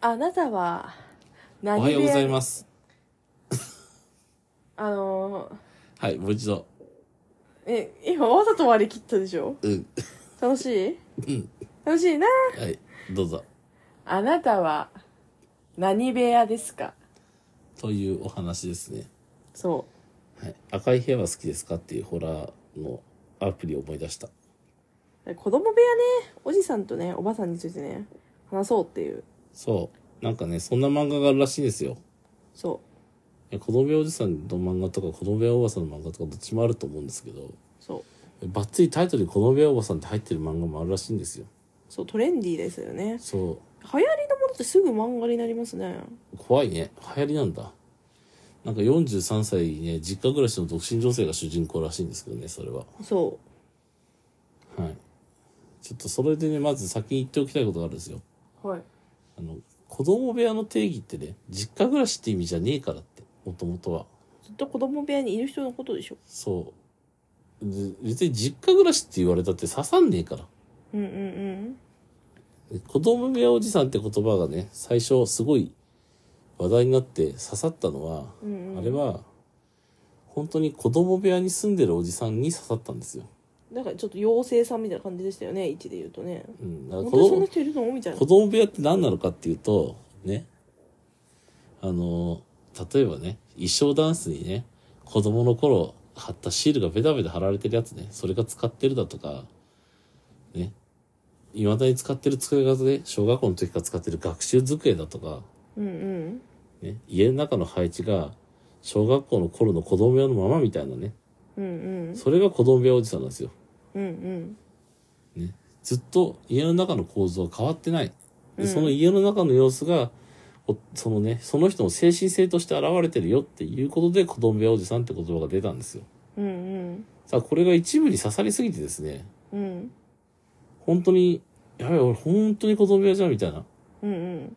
あなたはお何はようございすます。あのはい、もう一度。え今わざと割り切ったでしょうん。楽しいうん。楽しいなはい、どうぞ。あなたは何部屋ですかというお話ですね。そはい。赤い部屋は好きですかっていうホラーのアプリを思い出した。う子供部屋ねおじさんとねおばさんについてね話そうっていうそう。なんかね、そんな漫画があるらしいんですよ。そいや子供部屋おじさんの漫画とか、子供部屋おばさんの漫画とか、どっちもあると思うんですけど、うそうバッツリタイトルに子供部屋おばさんって入ってる漫画もあるらしいんですよ。そうトレンディーですよねそう。流行りのものってすぐ漫画になりますね怖いね流行りなんだなんか43歳ね実家暮らしの独身女性が主人公らしいんですけどねそれはそはいちょっとそれでねまず先に言っておきたいことがあるんですようはいあの子供部屋の定義ってね実家暮らしって意味じゃねえからってもともとはずっと子供部屋にいる人のことでしょそうで別に実家暮らしって言われたって刺さんねえからうんうんうんで子供部屋おじさんって言葉がね最初すごい話題になって刺さったのは、うんうんあれは本当に子供部屋に住んでるおじさんに刺さったんですよ、なんかちょっと妖精さんみたいな感じでしたよね位置で言うとねうん、だか本ら子当にそんな供人いるのみたいな子供部屋って何なのかっていうとねあの例えばね衣装ダンスにね子供の頃貼ったシールがベタベタ貼られてるやつねそれが使ってるだとかねいまだに使ってる机がね小学校の時から使ってる学習机だとかうんうんね、家の中の配置が小学校の頃の子供部屋のままみたいなねうんうんそれが子供部屋おじさんなんですようんうんずっと家の中の構造は変わってないでうんその家の中の様子がおそのねその人の精神性として現れてるよっていうことで子供部屋おじさんって言葉が出たんですようんうんさあこれが一部に刺さりすぎてですねうん本当にやべえ俺本当に子供部屋じゃんみたいなうんうん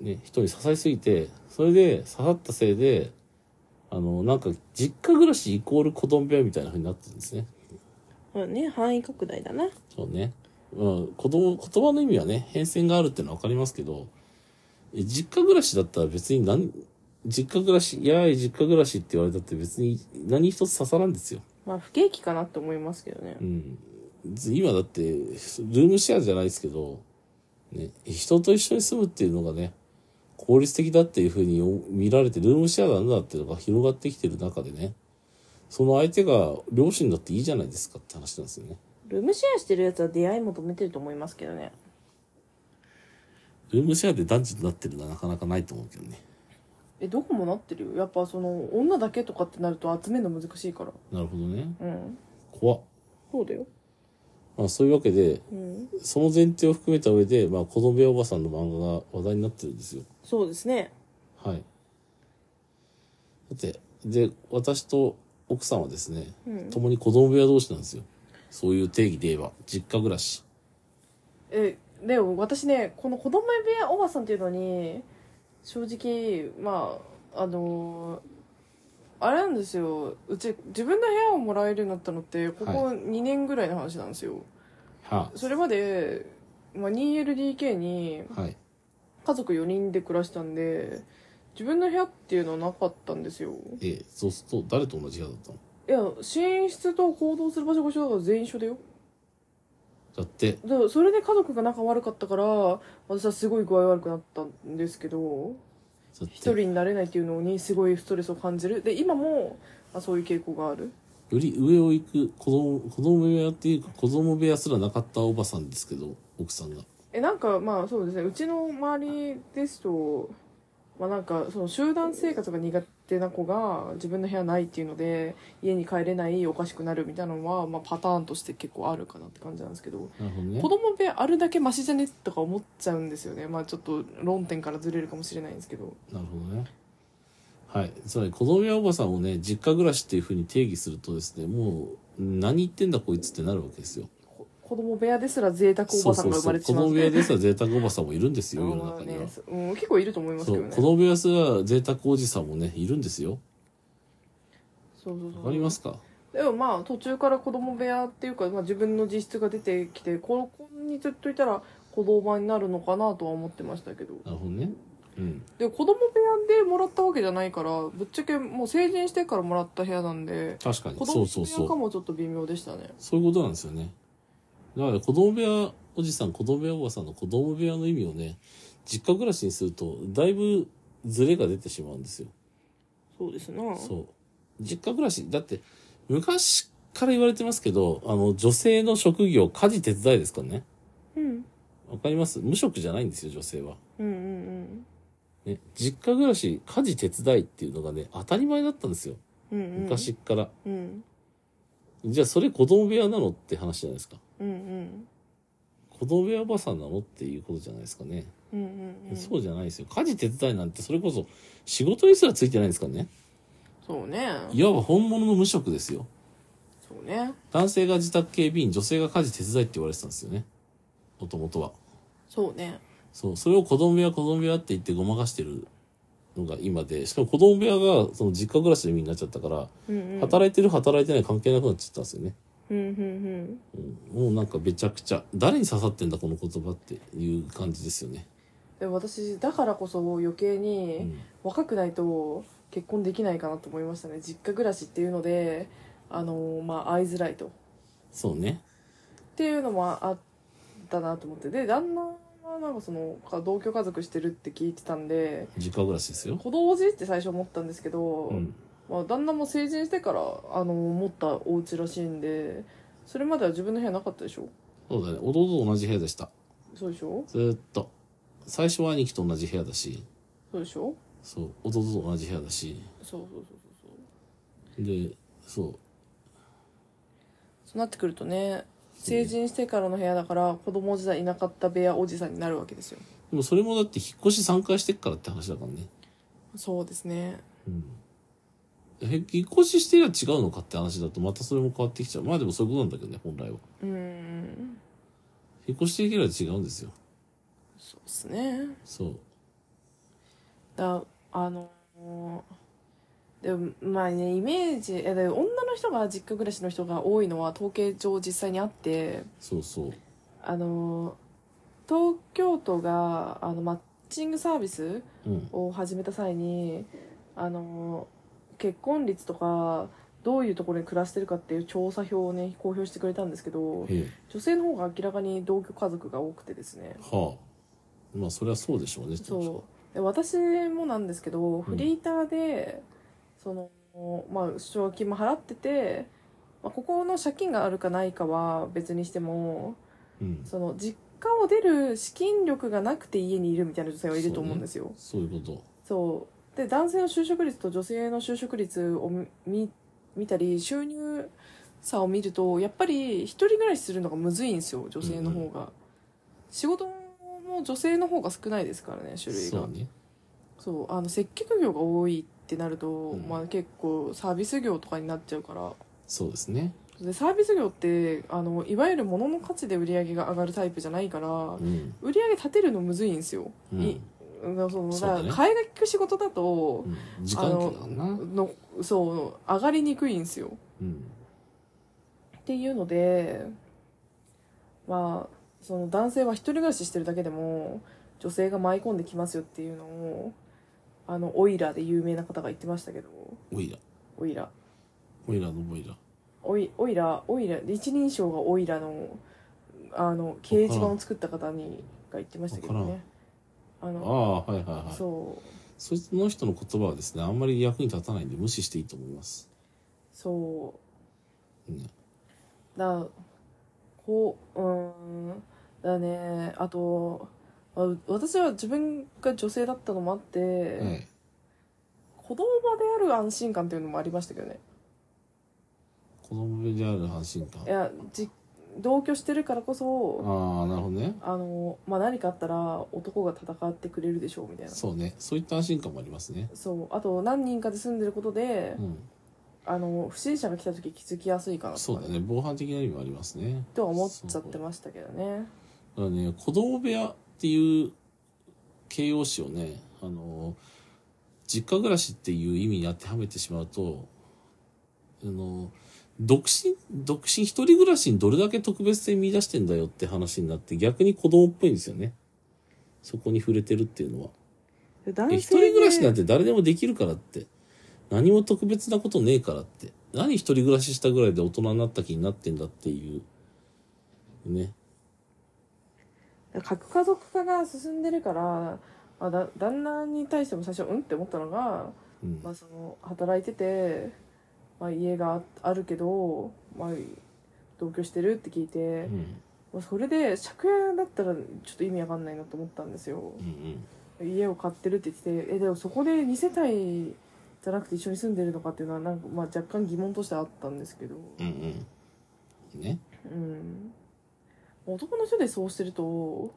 ね、人に刺さりすぎて、それで刺さったせいで、あの、なんか、実家暮らしイコール子供部屋みたいな風になってるんですね。そうね範囲拡大だなそうね。まあ、子供、言葉の意味はね、変遷があるってのはわかりますけど、え実家暮らしだったら別に何、実家暮らし、いやーい実家暮らしって言われたって別に何一つ刺さらんですよ。まあ不景気かなって思いますけどねうん。今だって、ルームシェアじゃないですけど、ね、人と一緒に住むっていうのがね、効率的だっていうふうに見られて、ルームシェアなんだっていうのが広がってきてる中でね、その相手が両親だっていいじゃないですかって話なんですよね。ルームシェアしてるやつは出会い求めてると思いますけどねルームシェアで男女になってるのはなかなかないと思うけどね。えどこもなってるよやっぱその女だけとかってなると集めるの難しいからなるほどね。うん怖っそうだよまあそういうわけで、うんその前提を含めた上で、まあ子供部屋おばさんの漫画が話題になってるんですよ。そうですねはい。だって、で、私と奥さんはですね、うん共に子供部屋同士なんですよ。そういう定義で言えば、実家暮らし。えでも私ねこの子供部屋おばさんっていうのに正直まああのあれなんですようち自分の部屋をもらえるようになったのってここは2年ぐらいの話なんですよ、はそれまで、まあ、2LDK にあ、はい。家族4人で暮らしたんで自分の部屋っていうのはなかったんですよええ、そうすると、誰と同じ部屋だったのいや寝室と行動する場所が一緒だから全員一緒だよだって、だからそれで家族が仲悪かったから私はすごい具合悪くなったんですけどだっ一て、人になれないっていうのにすごいストレスを感じるで今も、まあ、そういう傾向があるより上を行く子供、子供部屋っていうか、子供部屋すらなかったおばさんですけど、奥さんが。えなんかまあそうですねうちの周りですとまあなんかその集団生活が苦手な子が自分の部屋ないっていうので家に帰れないおかしくなるみたいなのは、まあ、パターンとして結構あるかなって感じなんですけどなるほどね子。供部屋あるだけマシじゃねとか思っちゃうんですよねまあちょっと論点からずれるかもしれないんですけどなるほどね。はい。つまり、子供部屋おばさんをね、実家暮らしっていうふうに定義するとですね、もう、何言ってんだこいつってなるわけですよ。こ子供部屋ですら贅沢おばさんが生まれてしまうそんうそうそう子供部ですね屋ですら贅沢おばさんもいるんで すよ世のあ中ーにねは、そうん、結構いると思いますそけどうね子供部屋すら贅沢おじさんもねいるんですよそうそうそうわかりますかでもまあ途中から子供部屋っていうか、まあ、自分の自室が出てきて高校にずっといたら子子供になるのかなとは思ってましたけどなるほどね。うん。で子供部屋でもらったわけじゃないからぶっちゃけもう成人してからもらった部屋なんで確かに子。そ供うそう部そ屋かう。もちょっと微妙でしたねそういうことなんですよね。だから子供部屋おじさん、子供部屋おばさんの子供部屋の意味をね、実家暮らしにすると、だいぶズレが出てしまうんですよ。そうですなそう。実家暮らし、だって、昔から言われてますけど、あの、女性の職業、家事手伝いですからね。うんわかります無職じゃないんですよ、女性は。うんうんね、実家暮らし、家事手伝いっていうのがね、当たり前だったんですよ。うんうんうん昔っから。うんじゃあ、それ子供部屋なのって話じゃないですか。うんうん子供部屋おばさんなのっていうことじゃないですかね。うんうんうんそうじゃないですよ。家事手伝いなんて、それこそ、仕事にすらついてないですからね。そうねいわば本物の無職ですよ。そうね男性が自宅警備員、女性が家事手伝いって言われてたんですよね。もともとは。そうねそう、それを子供部屋、子供部屋って言ってごまかしてるのが今で、しかも子供部屋がその実家暮らしの意味になっちゃったから、うんうん働いてる働いてない関係なくなっちゃったんですよね。うんうんうんうん、もうなんかめちゃくちゃ、誰に刺さってんだこの言葉っていう感じですよね。でも私だからこそ余計に、うん、若くないと結婚できないかなと思いましたね実家暮らしっていうのであのまあ会いづらいとっそうね。ていうのもあったなと思ってで旦那はなんかそのか同居家族してるって聞いてたんで実家暮らしですよ。子供じって最初思ったんですけど、うん。まあ、旦那も成人してからあの持ったお家らしいんでそれまでは自分の部屋なかったでしょそうだね。弟と同じ部屋でした。そうでしょずーっと。最初は兄貴と同じ部屋だし、そうでしょそう、弟と同じ部屋だし、そうそうそうそうそうで、そう、そうなってくるとね成人してからの部屋だから子供時代いなかった部屋おじさんになるわけですよでもそれもだって引っ越し3回してっからって話だからね。そうですねうん。え引っ越ししてりゃ違うのかって話だとまたそれも変わってきちゃう。まあでもそういうことなんだけどね、本来は。うーん引っ越していけりゃ違うんですよ。そうですねそう。だあのーでもまあねイメージえで女の人が実家暮らしの人が多いのは統計上実際にあってそうそう。あのー東京都があのマッチングサービスうん。を始めた際にあの結婚率とかどういうところに暮らしてるかっていう調査表をね公表してくれたんですけどええ。女性の方が明らかに同居家族が多くてですねはあ。まあそれはそうでしょうね、そうで私もなんですけどフリーターで、そのまあ奨学金も払ってて、まあ、ここの借金があるかないかは別にしてもう。うん。その実家を出る資金力がなくて家にいるみたいな女性はいると思うんですよ。そういうこと。そうで男性の就職率と女性の就職率をみ見見たり収入差を見るとやっぱり一人暮らしするのがむずいんですよ女性の方が、仕事も女性の方が少ないですからね種類がそうね。そうあの接客業が多いってなると、んまあ、結構サービス業とかになっちゃうからそうですね。でサービス業ってあのいわゆる物の価値で売り上げが上がるタイプじゃないから、うん。売り上げ立てるのむずいんですよ、うんいうんそのそうだねだから替えが利く仕事だとう、ん時間かかるな。のそう上がりにくいんですようん。っていうのでまあその男性は一人暮らししてるだけでも女性が舞い込んできますよっていうのをあのオイラで有名な方が言ってましたけどオイラ。オイラオイラのオイラ。オイオイラオイラ一人称がオイラのあの掲示板を作った方にが言ってましたけどねああのあ、はいはいはい。そうそいつの人の言葉はですね、あんまり役に立たないんで無視していいと思います。そううんだこううーんだねあとあ私は自分が女性だったのもあって、はい。子供場である安心感っていうのもありましたけどね子供である安心感い。やじ同居してるからこそああ、なるほどね。あの、まあ、何かあったら男が戦ってくれるでしょうみたいなそうね。そういった安心感もありますね。そうあと何人かで住んでることで、うん。あの不審者が来た時気づきやすいかなとそうか、だね。防犯的な意味もありますね。とは思っちゃってまましたけどねだからね、子供部屋っていう形容詞をね、あの、実家暮らしっていう意味に当てはめてしまうと、あの、独身、独身一人暮らしにどれだけ特別性見出してんだよって話になって逆に子供っぽいんですよね。そこに触れてるっていうのは。でいや男一人暮らしなんてて誰でもできるからって。何も特別なことねえからって。何一人暮らししたぐらいで大人になった気になってんだっていう。ね。核家族化が進んでるから、まあ、だ旦那に対しても最初うんって思ったのが、うんま。あ、その働いてて、まあ、家があるけど、まあ、同居してるって聞いて、うん。まあそれで借家だったらちょっと意味わかんないなと思ったんですようんうん。家を買ってるって言っててえでもそこで2世帯じゃなくて一緒に住んでるのかっていうのはなんか、まあ、若干疑問としてあったんですけど、うんうん。ね。うん、男の人でそうしてると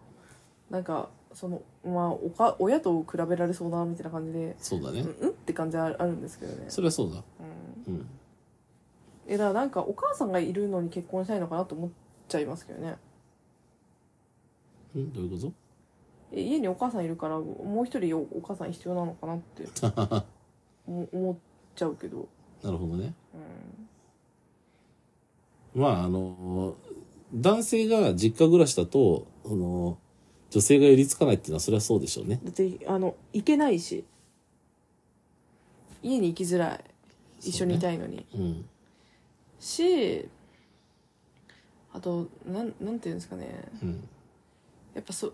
なんかそのまあおか親と比べられそうなみたいな感じで、そうだうねん、。うんって感じはあるんですけどね、それはそうだ。うん、うん。えだからなんかお母さんがいるのに結婚したいのかなと思っちゃいますけどねうん、どういうこえ家にお母さんいるからもう一人おお母さん必要なのかなってと思思っちゃうけど、なるほどね。うん、まあ、あの、男性が実家暮らしだと、あの、女性が寄りつかないっていうのはそれはそうでしょうね。だってあの行けないし家に行きづらい一緒にいたいのに、うん。しあとなんなんていうんですかねうん。やっぱそ,、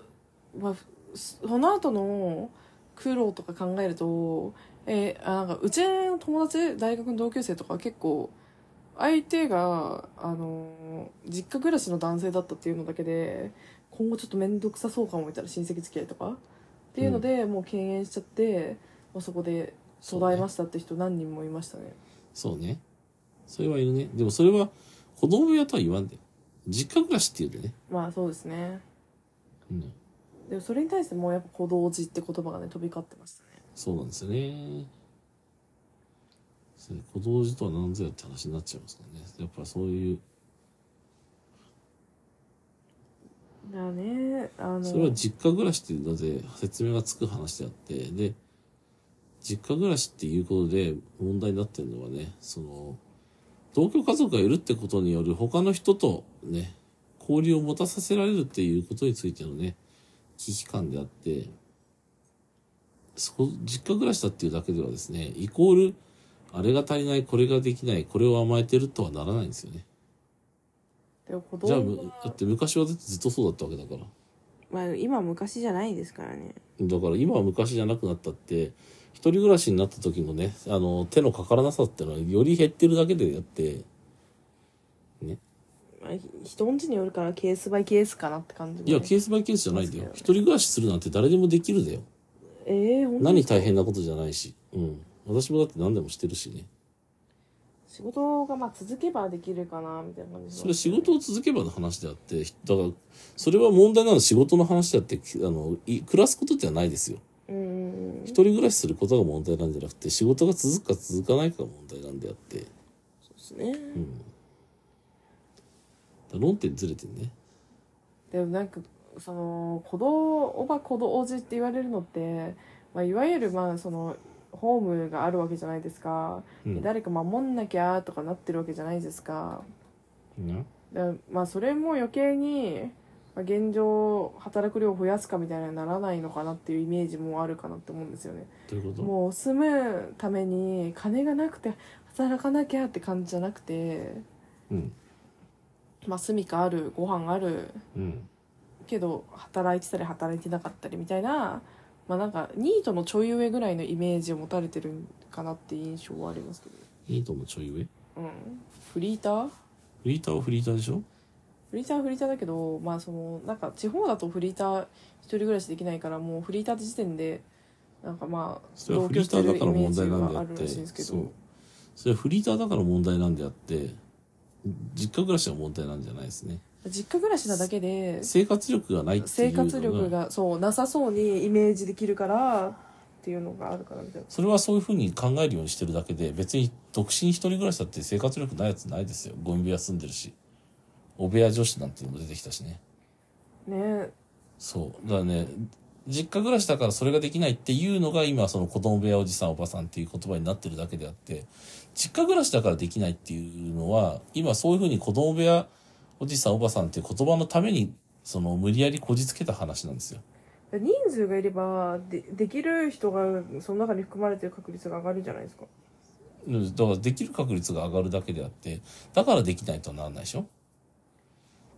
まあ、ふその後の苦労とか考えると、えーあなんかうちの友達大学の同級生とか結構相手があのー実家暮らしの男性だったっていうのだけで今後ちょっと面倒くさそうかもみたいな親戚付き合いとかっていうので、もう敬遠しちゃってもうそこで途絶えましたって人何人もいましたねそうね。それはいるね。でもそれは子供部屋とは言わんで。実家暮らしっていうんだよね。まあそうですねうん。でもそれに対してもうやっぱ小動児って言葉がね飛び交ってましたねそうなんですよね。そう子同時とは何ぞやって話になっちゃいますからね。やっぱそういう、だからねあのそれは実家暮らしっていうので説明がつく話であって、で、実家暮らしっていうことで問題になってるのはね、その、同居家族がいるってことによる他の人とね、交流を持たさせられるっていうことについてのね、危機感であって、そこ、実家暮らしだっていうだけではですね、イコール、あれが足りない、これができない、これを甘えてるとはならないんですよね。でも子じゃあ、供むだって昔はずっとそうだったわけだから。まあ今昔じゃないですからねだから今は昔じゃなくなったって一人暮らしになった時のねあの手のかからなさっていうのはより減ってるだけであってねまあひ人んちによるからケースバイケースかなって感じもいね、やケースバイケースじゃないんだよそうです一人暮らしするなんて誰でもできるだよええー、本当に何大変なことじゃないしうん私もだって何でもしてるしね仕事がまあ続けばできるかなみたいな感じしますそれ仕事を続けばの話であってだからそれは問題なの仕事の話であってあのい暮らすことではないですようんうんうん一人暮らしすることが問題なんじゃなくて仕事が続くか続かないかが問題なんであってそうですねうんだから論点ずれてんね。でもなんかその子供おば子供おじって言われるのって、まあ、いわゆるまあそのホームがあるわけじゃないですか、うん誰か守んなきゃとかなってるわけじゃないですかうんだからまあそれも余計にまあ現状働く量を増やすかみたいにならないのかなっていうイメージもあるかなって思うんですよねどういうこともう住むために金がなくて働かなきゃって感じじゃなくてうん。まあ住みかあるご飯あるうん。けど働いてたり働いてなかったりみたいなまあなんかニートのちょい上ぐらいのイメージを持たれてるんかなって印象はありますけいいともちょい上。フどうんフリーターリーターはフリーターでしょフリーターはフリーターだけどまあそのなんか地方だとフリーター一人暮らしできないからもうフリーターって時点でなんかまあそれはフリーターだから問題なんでがああっるらて。しいんですけそどう。それはフリーターだから問題なんであって、実家暮らしは問題なんじゃないですね。実家暮らしなだけで生活力がないってい生うのが。活力がそうなさそうにイメージできるからっていうのがあるからみたいなそれはそういうふうに考えるようにしてるだけで、別に独身一人暮らしだって生活力ないやつないですよ。ゴミ部屋住んでるし。お部屋女子なんていうのも出てきたしね。ねそう。だからね、実家暮らしだからそれができないっていうのが今その子供部屋おじさんおばさんっていう言葉になってるだけであって、実家暮らしだからできないっていうのは、今そういうふうに子供部屋、おじさんおばさんっていう言葉のために、その無理やりこじつけた話なんですよ。人数がいればでできる人がその中に含まれてる確率が上がるじゃないですかうんだからできる確率が上がるだけであって、だからできないとはならないでしょ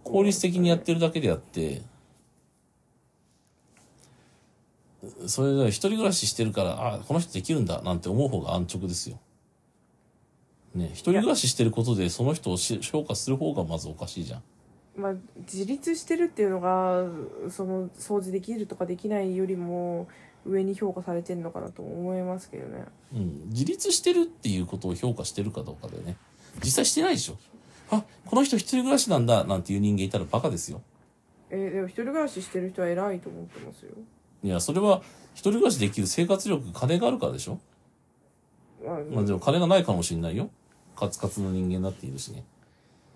効率的にやってるだけであって、それで一人暮らししてるから、あ、この人できるんだなんて思う方が安直ですよ。ね、一人暮らししてることでその人をし評価する方がまずおかしいじゃん。まあ、自立してるっていうのがその掃除できるとかできないよりも上に評価されてるのかなと思いますけどねうん、自立してるっていうことを評価してるかどうかだよね。実際してないでしょ。あ、この人一人暮らしなんだなんていう人間いたらバカですよ。えーでも一人暮らししてる人は偉いと思ってますよ、いや、それは一人暮らしできる生活力、金があるからでしょ。まあまあでも金がないかもしれないよ。カツカツの人間になっているしね。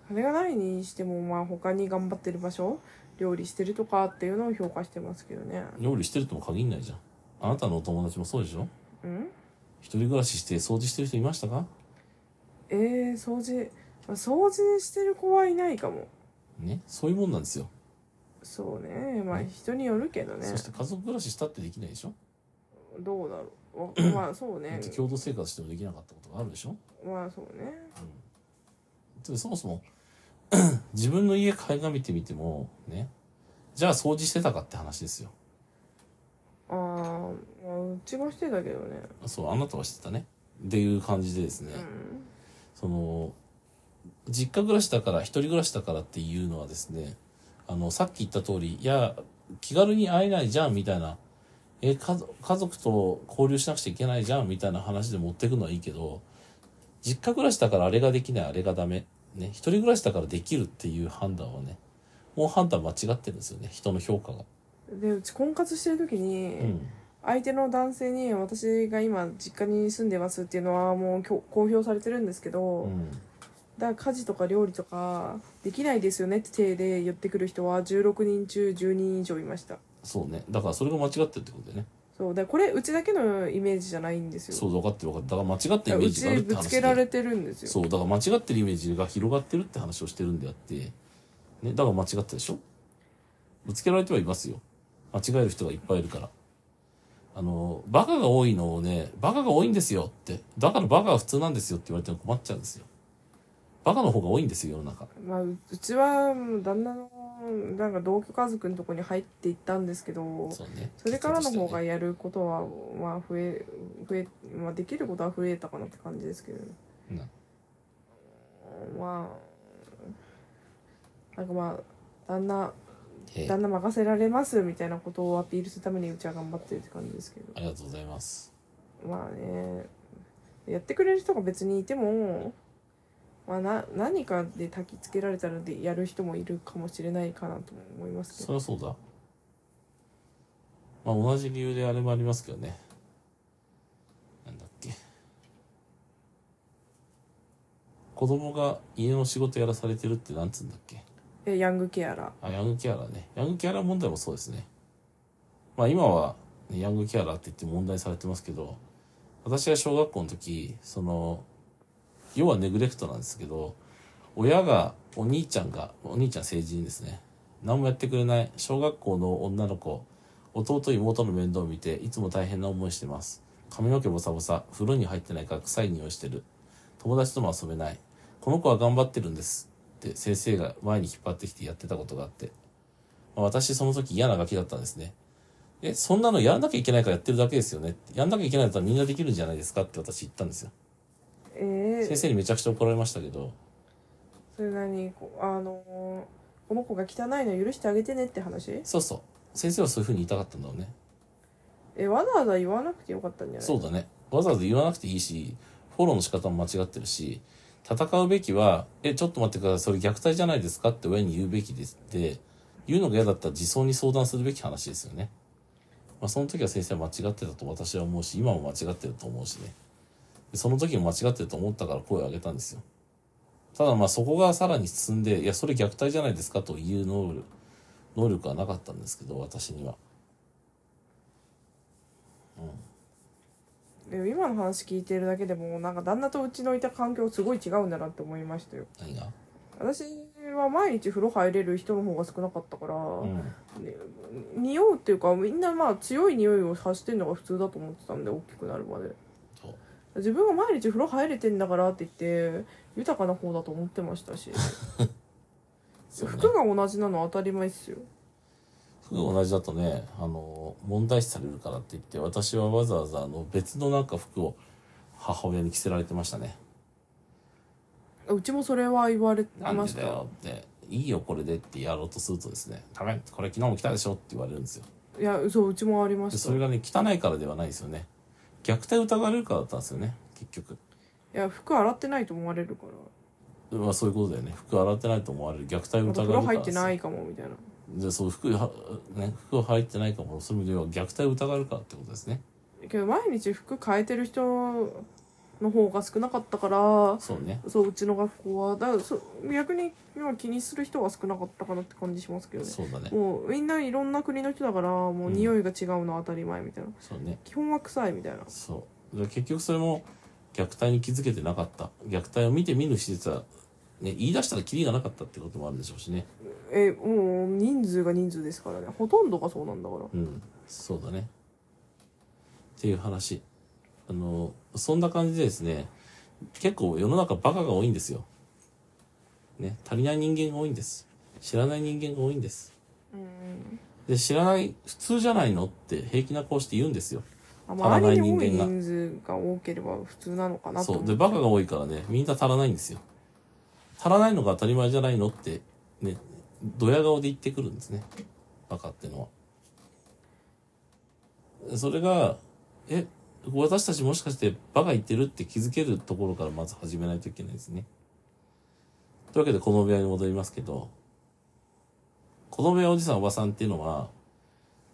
金がないにしてもまあ他に頑張ってる場所料理してるとかっていうのを評価してますけどね料理してるとも限んないじゃん。あなたのお友達もそうでしょうん一人暮らしして掃除してる人いましたかえー、掃除まあ掃除してる子はいないかもね。そういうもんなんですよ。そうねまあ人によるけどねそして家族暮らししたってできないでしょどうだろ うわまあそうだっねて共同生活してもできなかったことがあるでしょまあそうねでそもそも 自分の家鑑みてみてもねじゃあ掃除してたかって話ですよあー、まあうちもしてたけどねそうあなたはしてたねっていう感じでですね、うんその実家暮らしだから一人暮らしだからっていうのはですねあのさっき言った通りいや気軽に会えないじゃんみたいなえ家族家族と交流しなくちゃいけないじゃんみたいな話で持ってくのはいいけど実家暮らしだからあれができないあれがダメね一人暮らしだからできるっていう判断はねもう判断間違ってるんですよね人の評価が。でうち婚活してる時に、うん相手の男性に私が今実家に住んでますっていうのはもうきょ公表されてるんですけど、うんだから家事とか料理とかできないですよねって手で言ってくる人は16人中10人以上いましたそうねだからそれが間違ってるってことだよねそうだからこれうちだけのイメージじゃないんですよそう分かってる分かってるだから間違っただかイメらーうジがあちるってぶ話つだけよられてるんですよそうだから間違ってるイメージが広がってるって話をしてるんであって、ね、だから間違ったでしょぶつけられてはいますよ間違える人がいっぱいいるからあのバカが多いのをねバカが多いんですよってだからバカが普通なんですよって言われても困っちゃうんですよバカの方が多いんですよ世の中まあ、ううちはもう旦那のなんか同居家族のとこに入っていったんですけどそうねそれからの方いがいやることはまあ増え増え、まあ、できることは増えたかなって感じですけどねまあなんかまあ旦那旦那任せられますみたいなことをアピールするためにうちは頑張ってるって感じですけどありがとうございますまあねやってくれる人が別にいても、まあ、な何かで焚きつけられたらでやる人もいるかもしれないかなとも思いますけそどりゃそうだまあ同じ理由であれもありますけどねなんだっけ子供が家の仕事やらされてるってなんつうんだっけえヤングケアラーあヤングケアラーねヤングケアラー問題もそうですねまあ今はねヤングケアラーって言って問題されてますけど私が小学校の時その要はネグレクトなんですけど親がお兄ちゃんがお兄ちゃん成人ですね何もやってくれない小学校の女の子弟妹の面倒を見ていつも大変な思いしてます髪の毛ボサボサ風呂に入ってないから臭い匂いしてる友達とも遊べないこの子は頑張ってるんですって先生が前に引っ張ってきてやってたことがあって、まあ、私その時嫌なガキだったんですねえそんなのやらなきゃいけないからやってるだけですよねやんなきゃいけないんだったらみんなできるんじゃないですかって私言ったんですよえ先ー、生にめちゃくちゃ怒られましたけどそれ何こあのーこの子が汚いの許してあげてねって話そうそう先生はそういうふうに言いたかったんだろうねえわざわざ言わなくてよかったんじゃないそうだね。わざわざ言わなくていいし、フォローの仕方も間違ってるし、戦うべきは、え、ちょっと待ってください、それ虐待じゃないですかって親に言うべきですって、言うのが嫌だったら児相に相談するべき話ですよね。まあ、その時は先生は間違ってたと私は思うし、今も間違ってると思うしね。でその時も間違ってると思ったから声を上げたんですよ。ただまあそこがさらに進んで、いや、それ虐待じゃないですかという能力、能力はなかったんですけど、私には。いや今の話聞いてるだけでもなんか旦那とうちのいた環境すごい違うんだなって思いましたよ何が、私は毎日風呂入れる人の方が少なかったから、うん、ね匂うっていうかみんなまあ強い匂いを発してるのが普通だと思ってたんで大きくなるまでそう自分が毎日風呂入れてんだからって言って豊かな方だと思ってましたし、 そうね服が同じなのは当たり前っすよ服が同じだとねあの問題視されるからって言って私はわざわざあの別のなんか服を母親に着せられてましたねうちもそれは言われなまんしでだたよっていいよこれでってやろうとするとですねダメこれ昨日も来たでしょって言われるんですよいやそううちもありまでしそたいれがね汚いからではないですよね虐待疑われるからだったんですよね結局や服洗ってないと思われるからまあそういうことだよね服洗ってないと思われる虐待をまた疑風呂われ入るってからなでいかもみたいなすでそう服はね服入ってないかもそれでは虐待を疑われるからってことですねけど毎日服変えてる人の方が少なかったからそうねそううちの学校はだからそ逆に今気にする人が少なかったかなって感じしますけどねそうだねもうみんないろんな国の人だからもう匂いが違うのは当たり前みたいな、そうね基本は臭いみたいなそうで結局それも虐待に気づけてなかった虐待を見て見ぬ施設は、ね、言い出したらキリがなかったってこともあるでしょうしねえもう人数が人数ですからねほとんどがそうなんだからうんそうだねっていう話あのそんな感じでですね結構世の中バカが多いんですよね足りない人間が多いんです知らない人間が多いんですうんで知らない普通じゃないのって平気な顔して言うんですよあ足らな周いりに多い人間が人数が多ければ普通なのかなとそ思うっでてバカが多いからねみんな足らないんですよ足らないのが当たり前じゃないのってねドヤ顔で言ってくるんですねバカってのはそれがえ私たちもしかしてバカ言ってるって気づけるところからまず始めないといけないですねというわけでこの部屋に戻りますけどこの部屋おじさんおばさんっていうのは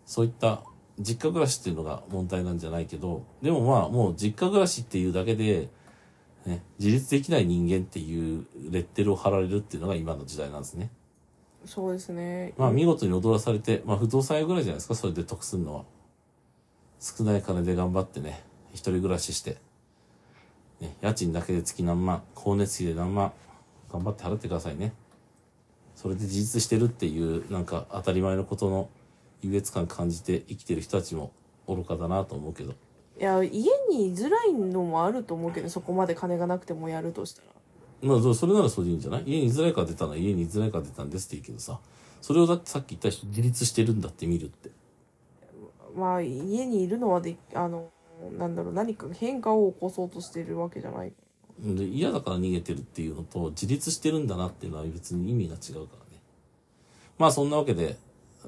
そういった実家暮らしっていうのが問題なんじゃないけど、でもまあもう実家暮らしっていうだけで、ね、自立できない人間っていうレッテルを貼られるっていうのが今の時代なんですね。そうですねまあ見事に踊らされて、まあ不動産屋ぐらいじゃないですか、それで得するのは。少ない金で頑張ってね、一人暮らしして、ね、家賃だけで月何万、光熱費で何万、頑張って払ってくださいね。それで自立してるっていう、なんか当たり前のことの優越感感じて生きてる人たちも愚かだなと思うけど。いや家に居づらいのもあると思うけどそこまで金がなくてもやるとしたらまあ、そそれならそれでいいんじゃない家に居づらいから出たのは家に居づらいから出たんですっていいけどさ。それをだってさっき言った人自立してるんだって見るって。まあ家にいるのはであのなんだろう何か変化を起こそうとしてるわけじゃないで嫌だから逃げてるっていうのと自立してるんだなっていうのは別に意味が違うからねまあそんなわけで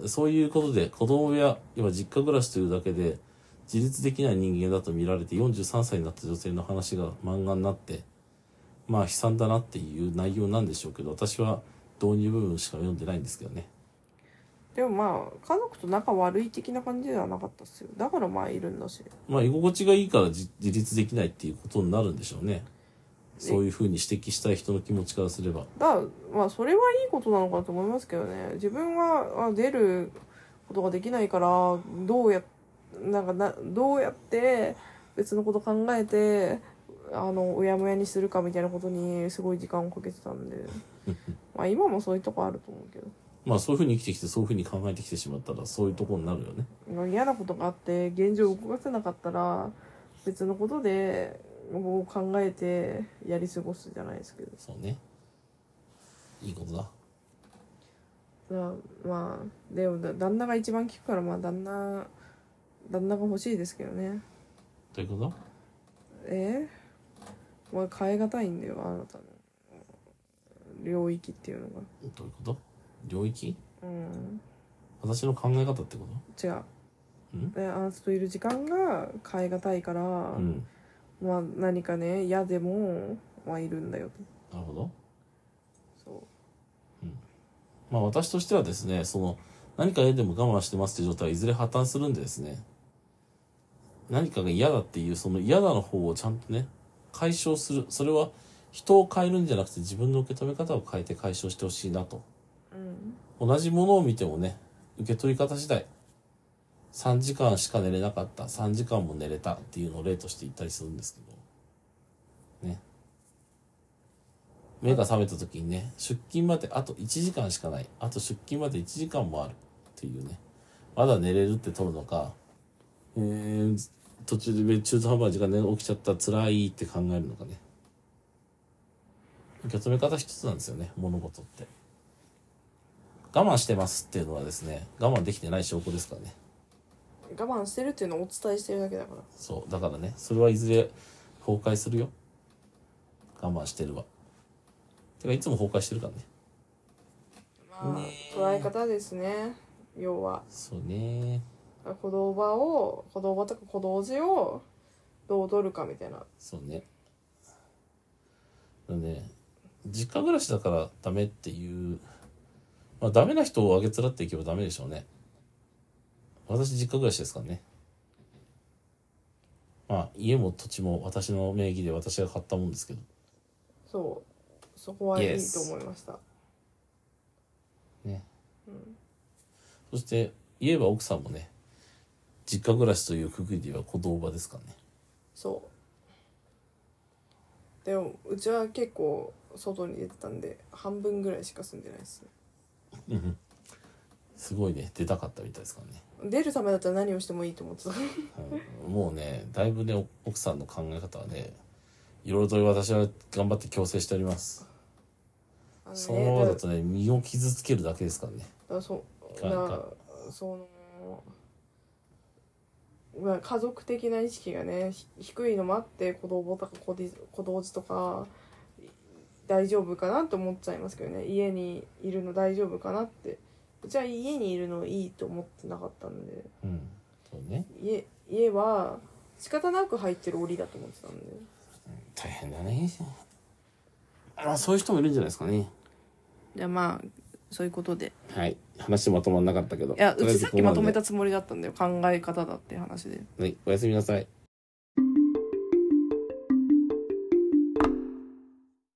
そういうことで子供部屋今実家暮らしというだけで自立できない人間だと見られて43歳になった女性の話が漫画になってまあ悲惨だなっていう内容なんでしょうけど私は導入部分しか読んでないんですけどねでもまあ家族と仲悪い的な感じではなかったっすよだからまあいるんだしまあ居心地がいいから自自立できないっていうことになるんでしょうねそういうふうに指摘したい人の気持ちからすればだからまあそれはいいことなのかなと思いますけどね自分があ出ることができないからどうやなんかなどうやって別のこと考えてあのうやむやにするかみたいなことにすごい時間をかけてたんでまあ今もそういうとこあると思うけどまあそういうふうに生きてきてそういうふうに考えてきてしまったらそういうところになるよね。嫌なことがあって現状を動かせなかったら別のことでもう考えてやり過ごすじゃないですけどそうね。いいことだ。まあまあでもだ旦那が一番効くからまあ旦那旦那が欲しいですけどねということえまあ変えがたいんだよあなたの領域っていうのがどういうこと領域うん私の考え方ってこ違ううんであなたといる時間が変えがたいから、とうん。まあ何かね嫌でもまあいるんだよとなるほど。そまあ私としてはですね、その何か嫌でも我慢してますって状態はいずれ破綻するんでですね、何かが嫌だっていうその嫌だの方をちゃんとね、解消する。それは人を変えるんじゃなくて自分の受け止め方を変えて解消してほしいなと。ううん同じものを見てもね受け取り方次第3時間しか寝れなかった、3時間も寝れたっていうのを例として言ったりするんですけど、ね。目が覚めた時にね、出勤まであと1時間しかない、あと出勤まで1時間もあるっていうね、まだ寝れるって取るのか、えー、途中で中途半端な時間で起きちゃった、辛いって考えるのかね。受け止め方一つなんですよね、物事って。我慢してますっていうのはですね、我慢できてない証拠ですからね。我慢してるっていうのをお伝えしてるだけだからそう。だからね、それはいずれ崩壊するよ。我慢してるわ。てか、いつも崩壊してるからね。まあ、ねえ捉え方ですね要はそうね。子供場を子供場とか子供児をどう取るかみたいなそうね。だね、実家暮らしだからダメっていう、まあダメな人をあげつらっていけばダメでしょうね。私実家暮らしですからね。まあ家も土地も私の名義で私が買ったもんですけど。そうそこはいい Yes と思いました、ね。うん、そして言えば奥さんもね、実家暮らしというくくりでは子供場ですからね。そうでもうちは結構外に出てたんで半分ぐらいしか住んでないですねすごいね、出たかったみたいですからね。出るためだったら何をしてもいいと思ってたはいもうねだいぶねお奥さんの考え方はねいろいろと私は頑張って強制しておりますあのねそのままだとね身を傷つけるだけですからねだからそういだかんかいからそのまあ家族的な意識がねひ低いのもあって子供とか子で子同児とかい大丈夫かなって思っちゃいますけどね家にいるの大丈夫かなってうちは家にいるのいいと思ってなかったんでうんそうね家家は仕方なく入ってる檻だと思ってたんで大変だねまあそういう人もいるんじゃないですかねじゃあまあそういうことではい話まとまんなかったけどいやとうりあえちずさっきまとめこたつもりだったんだよ考え方だって話でこまではいおやすみなさい